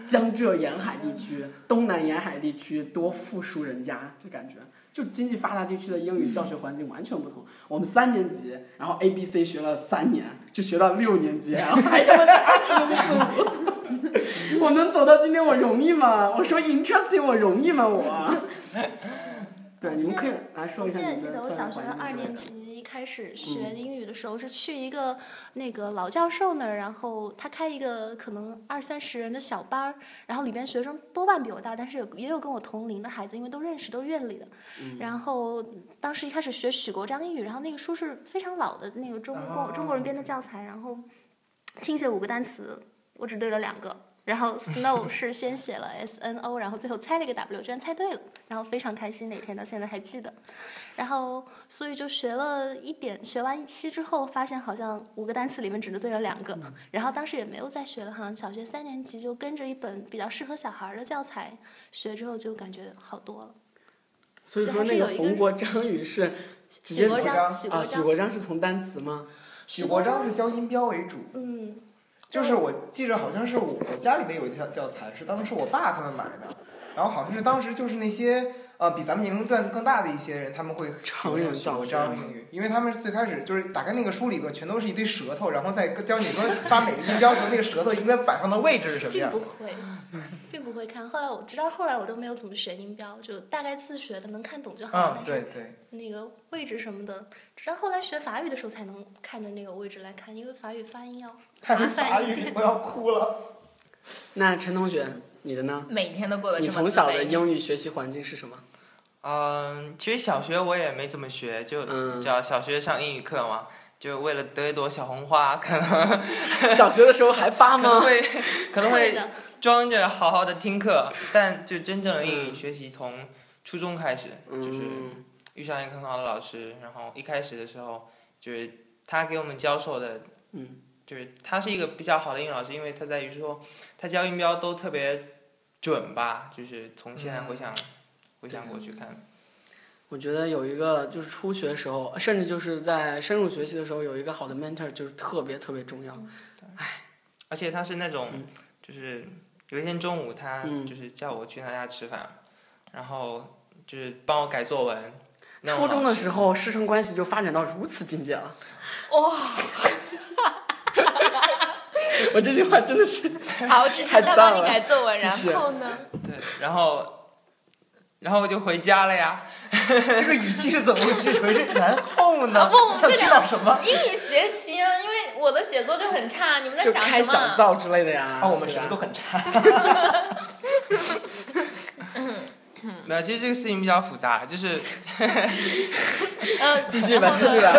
B: 江浙沿海地区、东南沿海地区多富庶人家，这感觉。就经济发达地区的英语教学环境完全不同。我们三年级，然后 A B C 学了三年，就学到六年级，然后还要再二年级。 我能走到今天，我容易吗？我说 interesting，我容易吗？我。对，你们可以来说
F: 我
B: 一下
F: 现
B: 你们
F: 在记
B: 的
F: 得我
B: 教
F: 小
B: 育
F: 学
B: 环
F: 的
B: 境
F: 二
B: 之类的
F: 年级一开始学英语的时候，是去一个那个老教授那儿，然后他开一个可能二三十人的小班儿，然后里边学生多半比我大，但是有也有跟我同龄的孩子，因为都认识，都是院里的。然后当时一开始学许国璋英语，然后那个书是非常老的那个中国中国人编的教材，然后听写五个单词，我只对了两个。然后 snow 是先写了 S N O，然后最后猜了一个 W，居然猜对了，然后非常开心，那天到现在还记得。然后所以就学了一点，学完一期之后，发现好像五个单词里面只是对了两个， 然后当时也没有再学了，好像小学三年级就跟着一本比较适合小孩儿的教材学，之后就感觉好多了。
B: 所以说那个冯国璋语是直接
F: 许国
B: 从
F: 璋，
D: 张
F: 许
B: 啊，
F: 国
B: 许
F: 璋，
B: 国璋是从单词吗？
D: 许国璋是教音标为主，
F: 嗯，
D: 就是我记着好像是我我家里面有一套教材是当时我爸他们买的，然后好像是当时就是那些呃比咱们年龄段更大的一些人他们会
B: 成人
D: 许
B: 教
D: 国
B: 学
D: 璋英语，因为他们最开始就是打开那个书里边全都是一堆舌头，然后再教你说发每个音标的时候那个舌头应该摆放的位置是什么
F: 并
D: 样
F: 不。会，并不会看。后来我直到后来我都没有怎么学音标，就大概自学的，能看懂就好了。
D: 嗯，
F: 但
D: 对
F: 是
D: 对，
F: 那个位置什么的，直到后来学法语的时候才能看着那个位置来看，因为法语发音要
D: 太
F: 麻
D: 会法
F: 烦一
D: 语
F: 点。，
D: 我要哭了。
B: 那陈同学，你的呢？
C: 每天都过得这
B: 你
C: 么
B: 从小的
C: 自卑
B: 英语学习环境是什么？
E: 嗯，其实小学我也没怎么学，就
B: 嗯
E: 叫小学上英语课嘛，就为了得一朵小红花，可能
B: 小学的时候还发
E: 可能
B: 啊吗？
E: 会可能
F: 会
E: 会
F: 的，
E: 装着好好的听课，但就真正的英语学习从初中开始，就是
B: 嗯，
E: 遇上一个很好的老师，然后一开始的时候就是他给我们教授的，
B: 嗯，
E: 就是他是一个比较好的英语老师，因为他在于说他教音标都特别准吧，就是从现在
B: 嗯
E: 回想、回想过去看，
B: 我觉得有一个就是初学时候，甚至就是在深入学习的时候，有一个好的 mentor 就是特别特别重要。
E: 而且他是那种、就是有一天中午他
B: 嗯
E: 就是叫我去他家吃饭，然后就是帮我改作文。那
B: 初
E: 我
B: 中
E: 老
B: 的
E: 师
B: 时候，师生关系就发展到如此境界了。
C: 哇，
B: 我这句话真的是，
C: 好，只是他帮你改作文，
B: 太赞了
C: 然后呢？
E: 对，然后然后我就回家了呀。
D: 这个语气是怎么回事？然后呢
C: 啊不我？们
D: 想
C: 这
D: 知
C: 两
D: 道什么？
C: 英语学习啊，因为我的写作就很差，你们在
B: 就
C: 想
B: 开
C: 什
B: 小
C: 么啊？
B: 灶之类的呀。
E: 哦
D: 啊，我们
B: 对
D: 什
B: 吧
D: 么都很差。
E: 没有，其实这个事情比较复杂，就是
C: 嗯，
B: 继续吧，继续吧，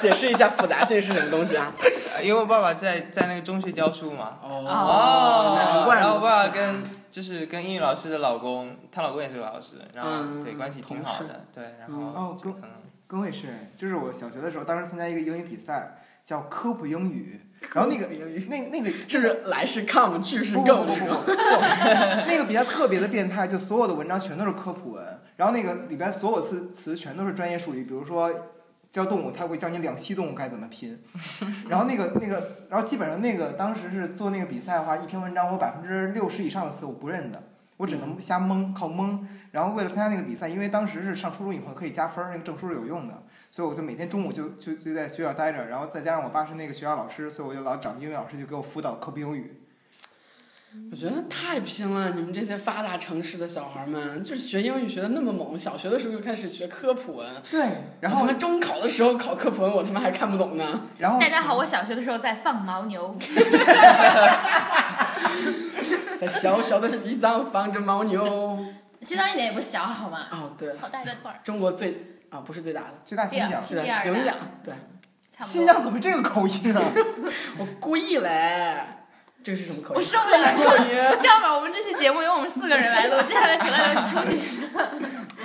B: 解释一下复杂性是什么东西啊？
E: 呃因为我爸爸在在那个中学教书嘛。
C: 哦
B: 难怪
E: 然后我
B: 如此
E: 爸
B: 啊
E: 爸 跟就是跟英语老师的老公，她老公也是个老师，然后、
B: 嗯
E: 对关系挺好的，对，然后
B: 嗯
D: 哦
E: 就可能、
D: 跟我也是，就是我小学的时候，当时参加一个英语比赛，叫科普英语，然后那个
B: 科普英语
D: 那那个
B: 是不是来是 come，去是
D: 不不
B: go
D: 不不
B: 那
D: 不
B: 种？
D: 不，那个比较特别的变态，就所有的文章全都是科普文，然后那个里边所有词词全都是专业术语，比如说教动物，他会教你两栖动物该怎么拼，然后那个那个，然后基本上那个当时是做那个比赛的话，一篇文章我百分之六十以上的词我不认的。我只能瞎蒙，靠蒙。然后为了参加那个比赛，因为当时是上初中以后可以加分儿，那个证书是有用的，所以我就每天中午就就就在学校待着。然后再加上我爸是那个学校老师，所以我就老找英语老师去给我辅导科普英语。
B: 我觉得太拼了，你们这些发达城市的小孩们，就是学英语学的那么猛，小学的时候就开始学科普文，
D: 对，然后
B: 他们中考的时候考科普文，我他妈还看不懂 呢。
D: 然 后
C: 大家好，我小学的时候在放牦牛，
B: 在小小的西藏放着牦牛。
C: 西藏一点也不小，好吗？
B: 哦，对，
F: 好大一块儿，
B: 中国最啊不是最大的，
D: 最大
C: 第
D: 新
C: 二
D: 疆，
B: 是的，
C: 第二大
B: 行呀，对，
C: 差不
D: 新
C: 多。
D: 疆怎么这个口音啊？
B: 我故意嘞。这个是什么口
C: 我
B: 音？
C: 受不了
B: 口音。
C: 这样吧，我们这期节目由我们四个人来录，接下来请大家出去。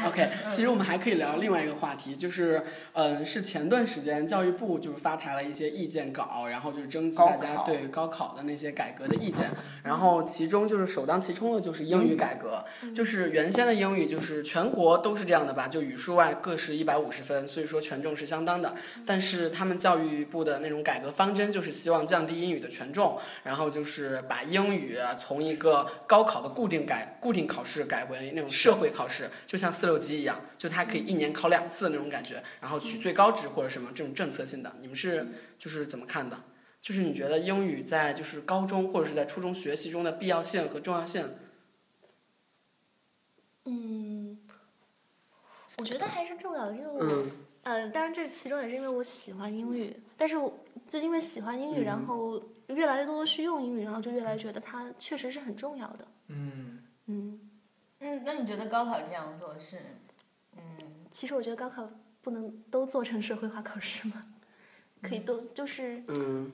B: OK，其实我们还可以聊另外一个话题，就是，嗯，是前段时间教育部就是发台了一些意见稿，然后就是征集大
D: 高
B: 家
D: 考
B: 对高考的那些改革的意见，然后其中就是首当其冲的就是英语改革，就是原先的英语就是全国都是这样的吧，就语数外各是一百五十分，所以说权重是相当的，但是他们教育部的那种改革方针就是希望降低英语的权重，然后就是把英语啊从一个高考的固定改固定考试改为那种社会考试，就像四六级一样，就它可以一年考两次那种感觉，然后取最高值或者什么这种政策性的，你们是就是怎么看的？就是你觉得英语在就是高中或者是在初中学习中的必要性和重要性？
F: 嗯，我觉得还是重要的，因为我
B: 嗯
F: 呃，当然这其中也是因为我喜欢英语，但是我就因为喜欢英语，
B: 嗯
F: 然后越来越多的去用英语，然后就越来越觉得它确实是很重要的。
D: 嗯，
F: 嗯，
C: 嗯，那你觉得高考这样做是，嗯，
F: 其实我觉得高考不能都做成社会化考试嘛，可以都就是
B: 嗯，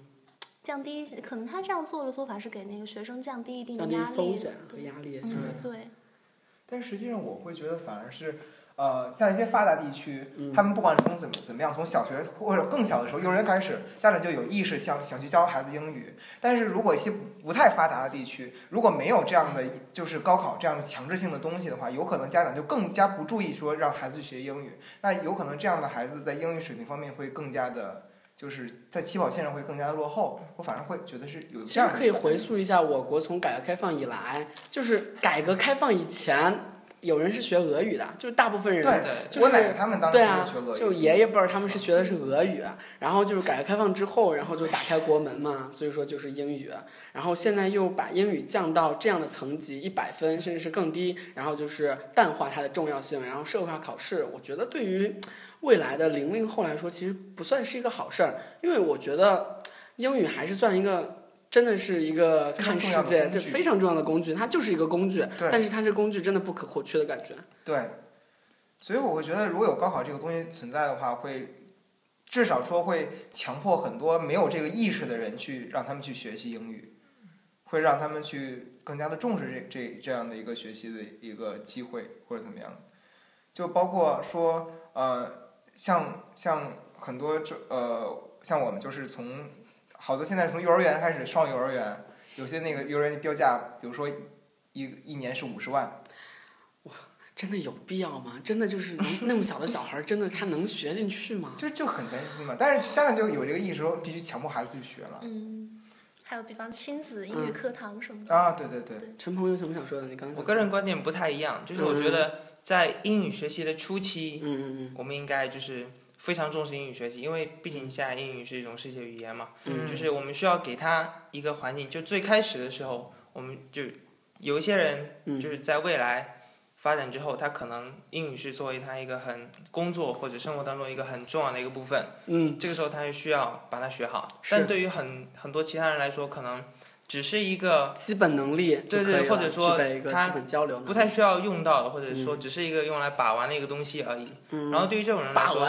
F: 降低一些，可能他这样做的做法是给那个学生降低一定的
B: 降低
F: 压
B: 风
F: 力。
B: 险和压力。
F: 嗯，对，
D: 但实际上我会觉得反而是。呃，像一些发达地区，
B: 嗯
D: 他们不管从怎么怎么样，从小学或者更小的时候，幼儿园开始，家长就有意识想想去教孩子英语。但是如果一些不太发达的地区，如果没有这样的就是高考这样的强制性的东西的话，有可能家长就更加不注意说让孩子学英语。那有可能这样的孩子在英语水平方面会更加的，就是在起跑线上会更加的落后。我反而会觉得是有
B: 其
D: 这
B: 实
D: 样的
B: 可以回溯一下我国从改革开放以来，就是改革开放以前，有人是学俄语的，就是大部分人
D: 对
E: 对
B: 就是
D: 我奶奶他们当时
B: 对
D: 就
B: 啊
D: 是学俄语，，
B: 就爷爷辈儿他们是学的是俄语，然后就是改革开放之后，然后就打开国门嘛，所以说就是英语，然后现在又把英语降到这样的层级，一百分甚至是更低，然后就是淡化它的重要性，然后社会化考试，我觉得对于未来的零零后来说，其实不算是一个好事儿，因为我觉得英语还是算一个。真的是一个
D: 非常
B: 看
D: 重
B: 世
D: 要的
B: 界，
D: 工
B: 就
D: 具
B: 非常重要的工具，它就是一个工具，
D: 对
B: 但是它这工具真的不可或缺的感觉。
D: 对，所以我会觉得，如果有高考这个东西存在的话，会至少说会强迫很多没有这个意识的人去让他们去学习英语，会让他们去更加的重视这这这样的一个学习的一个机会或者怎么样，就包括说呃，像像很多这呃，像我们就是从好多现在从幼儿园开始上幼儿园，有些那个幼儿园的标价，比如说一一年是五十万。
B: 真的有必要吗？真的就是能那么小的小孩儿，真的他能学进去吗？
D: 就就很担心嘛。但是家长就有这个意识，说必须强迫孩子去学了。
F: 嗯，还有比方亲子英
B: 啊
F: 语
B: 嗯
F: 课堂什么的。
D: 啊，对对对，
B: 陈鹏有什么想说的？你刚才
D: 嗯
E: 我个人观点不太一样，就是我觉得在英语学习的初期，
B: 嗯嗯
E: 我们应该就是非常重视英语学习，因为毕竟现在英语是一种世界语言嘛，
B: 嗯
E: 就是我们需要给他一个环境。就最开始的时候，我们就有一些人
B: 嗯
E: 就是在未来发展之后，他可能英语是作为他一个很工作或者生活当中一个很重要的一个部分。
B: 嗯
E: 这个时候他就需要把它学好，
B: 是
E: 但对于很很多其他人来说，可能只是一个
B: 嗯，基本能力
E: 对
B: 就
E: 对
B: 可以了
E: 或者说
B: 具备一个
E: 他
B: 基本交流能力，
E: 不太需要用到的，或者说只是一个用来把玩的一个东西而已。
B: 嗯
E: 然后对于这种人来
C: 把
E: 说，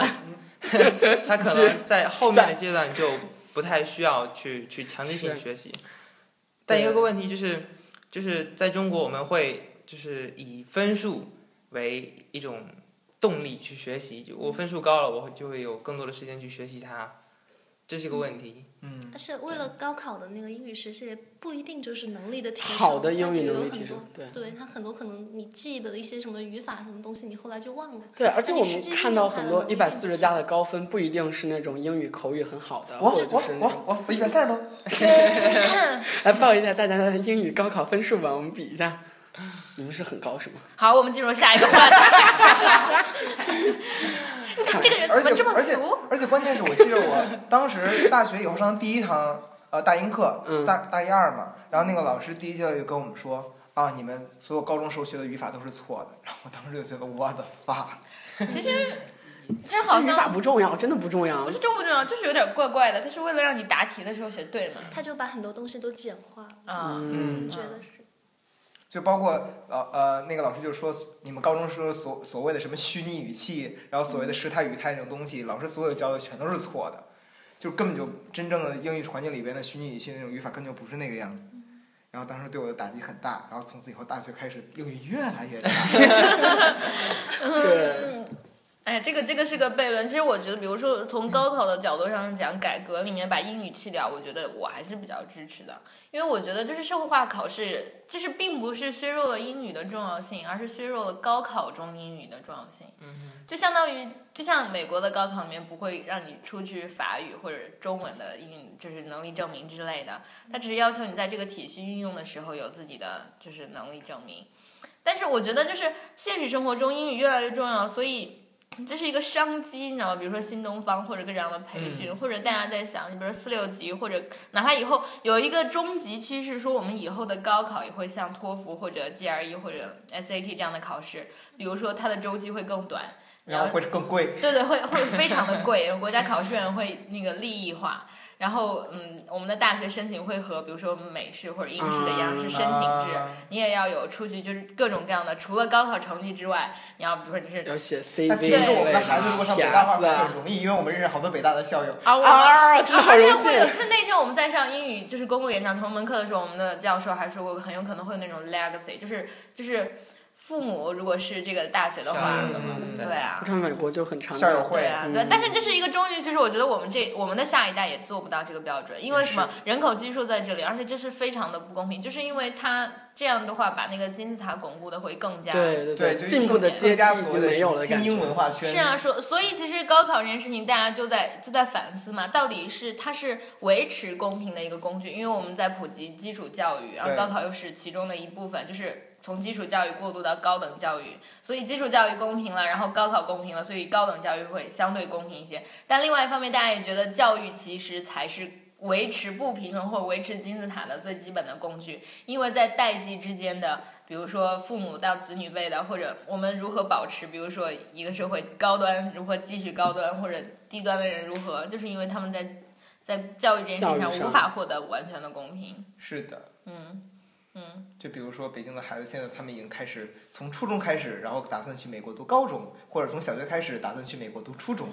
E: 他可能在后面的阶段就不太需要去去强制性
B: 是
E: 学习。但也有个问题就是，就是在中国我们会就是以分数为一种动力去学习，就我分数高了，我会就会有更多的时间去学习它，这是一个问题。
D: 嗯
F: 但是为了高考的那个英语学习，也不一定就是能力的提升，
B: 好的
F: 它
B: 英
F: 就
B: 语
F: 有
B: 能力
F: 很
B: 提升
F: 多，
B: 对
F: 对它很多可能你记的一些什么语法什么东西，你后来就忘了。
B: 对，而且
F: 那
B: 我
F: 你实
B: 们
F: 际
B: 看
F: 运
B: 到
F: 用它
B: 很
F: 的
B: 多
F: 能
B: 一
F: 力
B: 百
F: 不
B: 四十
F: 行
B: 加的高分，不一定是那种英语口语很好的，
D: 嗯我
B: 或者就
D: 我
B: 是那种
D: 我我我一百三十多，
C: 嗯
B: 来报一下大家的英语高考分数吧，我们比一下，你们是很高是吗？
C: 好，我们进入下一 个话题。你怎么这个人
D: 而
C: 怎
D: 且
C: 么这么
D: 而且
C: 俗？
D: 而且关键是我记得我当时大学以后上第一堂呃大英课
B: 嗯，
D: 大大一二嘛，然后那个老师第一节就跟我们说啊，你们所有高中时候学的语法都是错的，然后我当时就觉得我的发，
C: 其实，其实
B: 这
C: 好
B: 语法
C: 像
B: 不重要，真的不重要
C: 不。是重不重要，就是有点怪怪的。他是为了让你答题的时候写对嘛？
F: 他就把很多东西都简化了，
C: 啊，
B: 嗯，
F: 我觉得是。
D: 就包括呃呃那个老师就说你们高中时候所所谓的什么虚拟语气，然后所谓
B: 嗯
D: 的时态语态那种东西，老师所有教的全都是错的，就根本就真正的英语环境里边的虚拟语气那种语法根本就不是那个样子。
B: 嗯
D: 然后当时对我的打击很大，然后从此以后大学开始英语越来越差。
B: 对，
C: 哎，这个这个是个悖论。其实我觉得，比如说从高考的角度上讲，改革里面把英语去掉，我觉得我还是比较支持的，因为我觉得就是社会化考试，就是并不是削弱了英语的重要性，而是削弱了高考中英语的重要性。
E: 嗯
C: 就相当于，就像美国的高考里面不会让你出具法语或者中文的英语就是能力证明之类的，它只是要求你在这个体系运用的时候有自己的就是能力证明。但是我觉得就是现实生活中英语越来越重要，所以 这是一个商机，你知道吗？比如说新东方或者各种的培训，或者大家在想，你比如说四六级，或者哪怕以后有一个终极趋势，说我们以后的高考也会像托福或者 GRE 或者 SAT 这样的考试，比如说它的周期会更短。
D: 然后会更贵。
C: 对对，会会非常的贵，国家考试院会那个利益化。然后，嗯，我们的大学申请会和比如说美式或者英式的一
B: 嗯
C: 样是申请制，
D: 啊
C: 你也要有出去就是各种各样的，除了高考成绩之外，你要比如说你是
B: 要写 CV
D: 那
B: 之
D: 其
B: 类
D: 实
B: 的
D: 我们的孩子如果上北大话，很
B: PS
D: 容易，因为我们认识好多北大的校友。
C: 啊，我
B: 啊，真的好
C: 而且
B: 荣
C: 我有
B: 幸。
C: 是那天我们在上英语就是公共演讲同门课的时候，我们的教授还说过，很有可能会有那种 legacy，就是就是父母如果是这个大学的
E: 像
C: 话，
E: 那个嘛
D: 嗯
E: 对
C: 对啊，
B: 我上美国就很常
D: 校友
B: 见，
D: 会
C: 对啊，对，但是这是一个终极趋势，我觉得我们这我们的下一代也做不到这个标准，因为什么？人口基数在这里，而且这是非常的不公平，就是因为他这样的话，把那个金字塔巩固的会更加。
B: 对对
D: 对，就
B: 进步的阶梯
D: 更加
B: 已
D: 所谓
B: 经
D: 的
B: 没有了
D: 精
B: 感
D: 英
B: 觉。
D: 文化圈。
C: 是啊，说所以其实高考这件事情，大家就在就在反思嘛，到底是它是维持公平的一个工具，因为我们在普及基础教育，然后
D: 对
C: 高考又是其中的一部分，就是从基础教育过渡到高等教育，所以基础教育公平了，然后高考公平了，所以高等教育会相对公平一些。但另外一方面，大家也觉得教育其实才是维持不平衡或维持金字塔的最基本的工具，因为在代际之间的，比如说父母到子女辈的，或者我们如何保持，比如说一个社会高端如何继续高端，或者低端的人如何，就是因为他们在在教育这件事情
B: 教
C: 上
B: 育上
C: 无法获得完全的公平。
D: 是的，
C: 嗯嗯，
D: 就比如说北京的孩子，现在他们已经开始从初中开始，然后打算去美国读高中，或者从小学开始打算去美国读初中。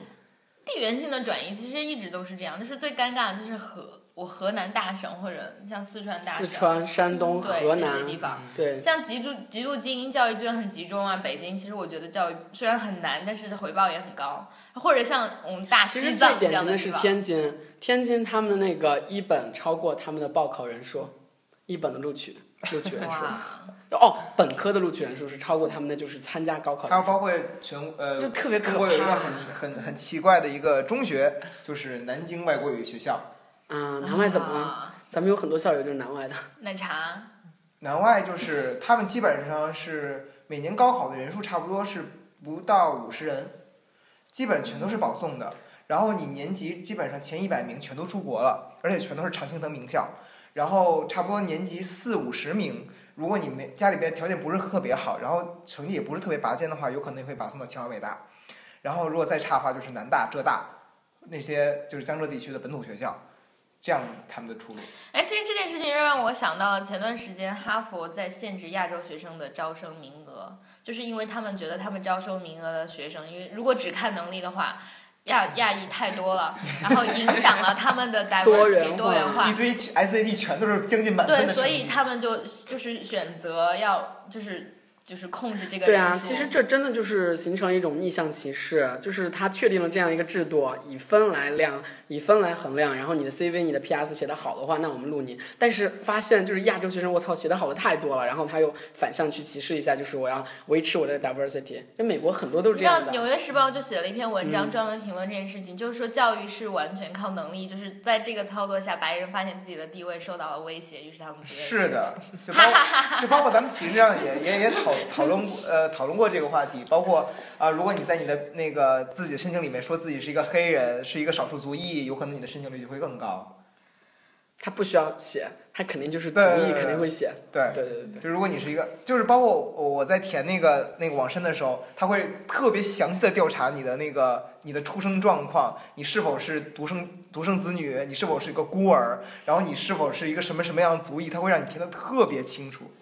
C: 地缘性的转移其实一直都是这样，就是最尴尬的就是河我河南大省或者像四川大省、嗯
B: 四川、山东、
C: 对
B: 河
C: 这些地
B: 南，
C: 方。
B: 对，
C: 像极度极度精英教育资源很集中啊，北京其实我觉得教育虽然很难，但是回报也很高。或者像我们大
B: 其实
C: 西
B: 最
C: 藏这
B: 典
C: 样
B: 型的
C: 地
B: 是
C: 方，
B: 天津，天津他们的那个一本超过他们的报考人数，一本的录取录取人数，
C: 哇，
B: 哦，本科的录取人数是超过他们的，就是参加高考
D: 还有
B: 人数，
D: 包括全呃，
B: 就特别
D: 中
B: 可
D: 国有一个很
B: 怕。
D: 很很奇怪的一个中学，就是南京外国语学校。
B: 啊，南外怎么了？
C: 啊
B: 咱们有很多校友就是南外的，
C: 奶茶
D: 南外就是他们基本上是每年高考的人数差不多是不到五十人，基本全都是保送的。然后你年级基本上前一百名全都出国了，而且全都是常青藤名校。然后差不多年级四五十名，如果你没家里边条件不是特别好，然后成绩也不是特别拔尖的话，有可能会拔送到清华北大。然后如果再差的话，就是南大、浙大那些就是江浙地区的本土学校，这样他们的出路。
C: 哎，其实这件事情又让我想到了前段时间哈佛在限制亚洲学生的招生名额，就是因为他们觉得他们招收名额的学生，因为如果只看能力的话，亚亚裔太多了，然后影响了他们的
B: 多元
C: diversity 多元化
D: 一，堆 SAT 全都是将近满
C: 对，
D: 分的成绩。
C: 所以他们就就是选择要就是就是控制这个
B: 对
C: 人数。
B: 啊，其实这真的就是形成一种逆向歧视，就是他确定了这样一个制度，以分来量，以分来衡量，然后你的 CV、你的 PS 写得好的话，那我们录你。但是发现就是亚洲学生，我操，写得好的太多了，然后他又反向去歧视一下，就是我要维持我的 diversity。那美国很多都是
C: 你
B: 这
C: 知道
B: 样
C: 《
B: 的。嗯
C: 纽约时报》就写了一篇文章，专门评论这件事情，就是说教育是完全靠能力，就是在这个操作下，白人发现自己的地位受到了威胁，于是他们不愿意。
D: 是 的，就包就包括咱们其实上也也也讨讨论过呃讨论过这个话题，包括啊、如果你在你的那个自己的申请里面说自己是一个黑人，是一个少数族裔，有可能你的申请率就会更高。
B: 他不需要写，他肯定就是族
D: 对对
B: 裔
D: 对
B: 肯定会写。
D: 对，
B: 对对对对。
D: 就如果你是一个，就是包括我我在填那个那个网申的时候，他会特别详细的调查你的那个你的出生状况，你是否是独生独生子女，你是否是一个孤儿，然后你是否是一个什么什么样的族裔，他会让你填的特别清楚。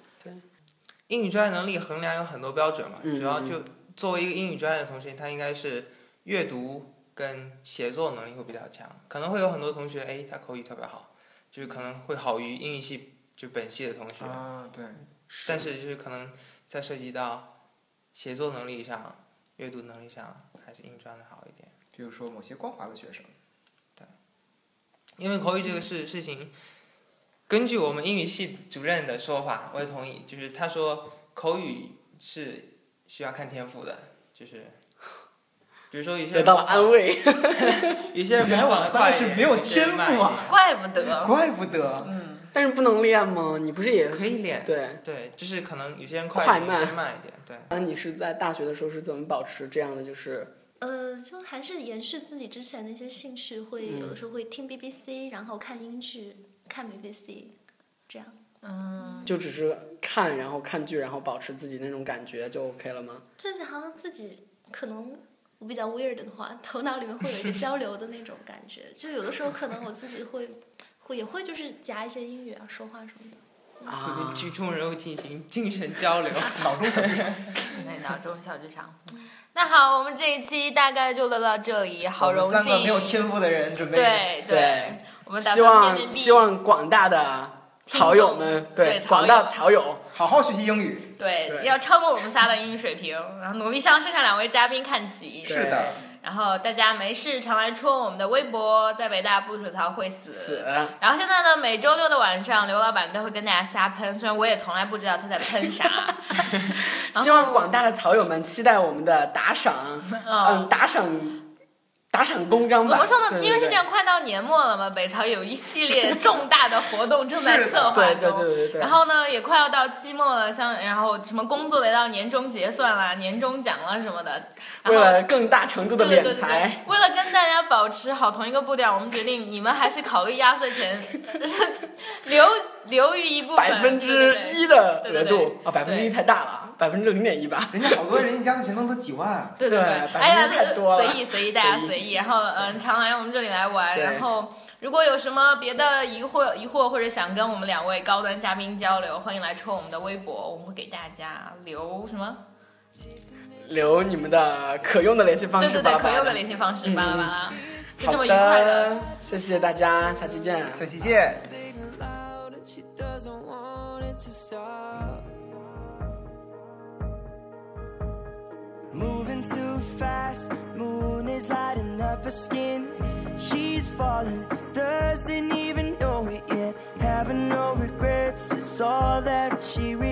E: 英语专业能力衡量有很多标准嘛，
B: 嗯
E: 主要就作为一个英语专业的同学，他应该是阅读跟写作能力会比较强，可能会有很多同学，哎，他口语特别好，就是可能会好于英语系就本系的同学，
D: 啊，对，
E: 但是就是可能在涉及到写作能力上、阅读能力上，还是英语专业的好一点。
D: 比如说某些光滑的学生。
E: 因为口语这个事事情，根据我们英语系主任的说法，我也同意，就是他说口语是需要看天赋的，就是 比如说有些
B: 得
E: 人
B: 到了安慰，
E: 有些人模仿的快一点，
D: 原来我们仨是没 有天赋啊
C: 怪不得，
D: 怪不得，
C: 嗯，
B: 但是不能练吗？你不是也
E: 有些人慢一点可以练，
B: 对？
E: 对，就是可能有些人快一
B: 快
E: 点，有
B: 慢
E: 些人慢一点，对。
B: 那你是在大学的时候是怎么保持这样的就是
F: 呃，就还是延续自己之前的一些兴趣，会有
B: 嗯
F: 的时候会听 BBC，然后看英剧，看 BBC，这样。
C: 嗯，
B: 就只是看然后看剧然后保持自己那种感觉就 OK 了吗？
F: 就是好像自己可能我比较 weird 的话，头脑里面会有一个交流的那种感觉。就有的时候可能我自己会会也会就是夹一些英语啊，说话什么的。
B: 啊，
E: 举重人物进行精神交流，
D: 脑中小剧场。
C: 那到中小剧场。那好，我们这一期大概就聊到这里，好荣
D: 我们三个没有
C: 幸。
D: 天赋的人准备
C: 对
B: 对，
C: 我们打
B: 希
C: 算面面
B: 望
C: 壁。
B: 希望广大的草友们
C: 听众
B: 对
C: 对草
B: 广大
C: 友
B: 草友
D: 好好学习英语。
C: 对，
B: 对
C: 要超过我们仨的英语水平， 然后努力向剩下两位嘉宾看齐。
B: 对
D: 是的，
C: 然后大家没事常来戳我们的微博，在北大不吐槽会死。
B: 死
C: 然后现在呢，每周六的晚上，刘老板都会跟大家瞎喷，虽然我也从来不知道他在喷啥。 然后
B: 希望广大的草友们期待我们的打 赏，嗯，
C: 嗯，
B: 打赏打赏公章
C: 怎
B: 吧。
C: 么说呢？
B: 对
C: 因为
B: 对
C: 是这样，快到年末了嘛，北曹有一系列重大的活动 正在
D: 是的
C: 策划
B: 对
C: 中。
B: 对对对对。
C: 然后呢，也快要到期末了，像然后什么工作也到年终结算啦、年终奖啦什么的。然
B: 为
C: 后
B: 了更大程度的
C: 对对
B: 敛
C: 对对
B: 财。
C: 对为了跟大家保持好同一个步调，我们决定你们还是考虑压岁钱留留于一部分
B: 百分
C: 对
B: 之
C: 对对
B: 一的
C: 对对
B: 额
C: 对
B: 度啊，百分之一
C: 对
B: 太大了，百分之零点一吧。
D: 人家好多人家压岁钱能得几万，
C: 对对
B: 对
C: 对，
B: 百
C: 哎呀，
B: 分之太多了
C: 随意随意，大家
B: 随意
C: 随意。然后嗯，常来我们这里来玩。
B: 对
C: 然后如果有什么别的疑惑、疑惑或者想跟我们两位高端嘉宾交流，欢迎来戳我们的微博，我们会给大家留什么？
B: 留你们的可用的联系方
C: 对
B: 式
C: 对
B: 吧。
C: 对，可用的联系方式，巴拉巴拉。就这
B: 好
C: 么愉快的。
B: 的，谢谢大家，下期见。
D: 下期见。
A: speaking loud and she doesn't want it to stop. Moving too fast, moon is lighting up her skin. She's falling, doesn't even know it yet. Having no regrets, it's all that she regrets.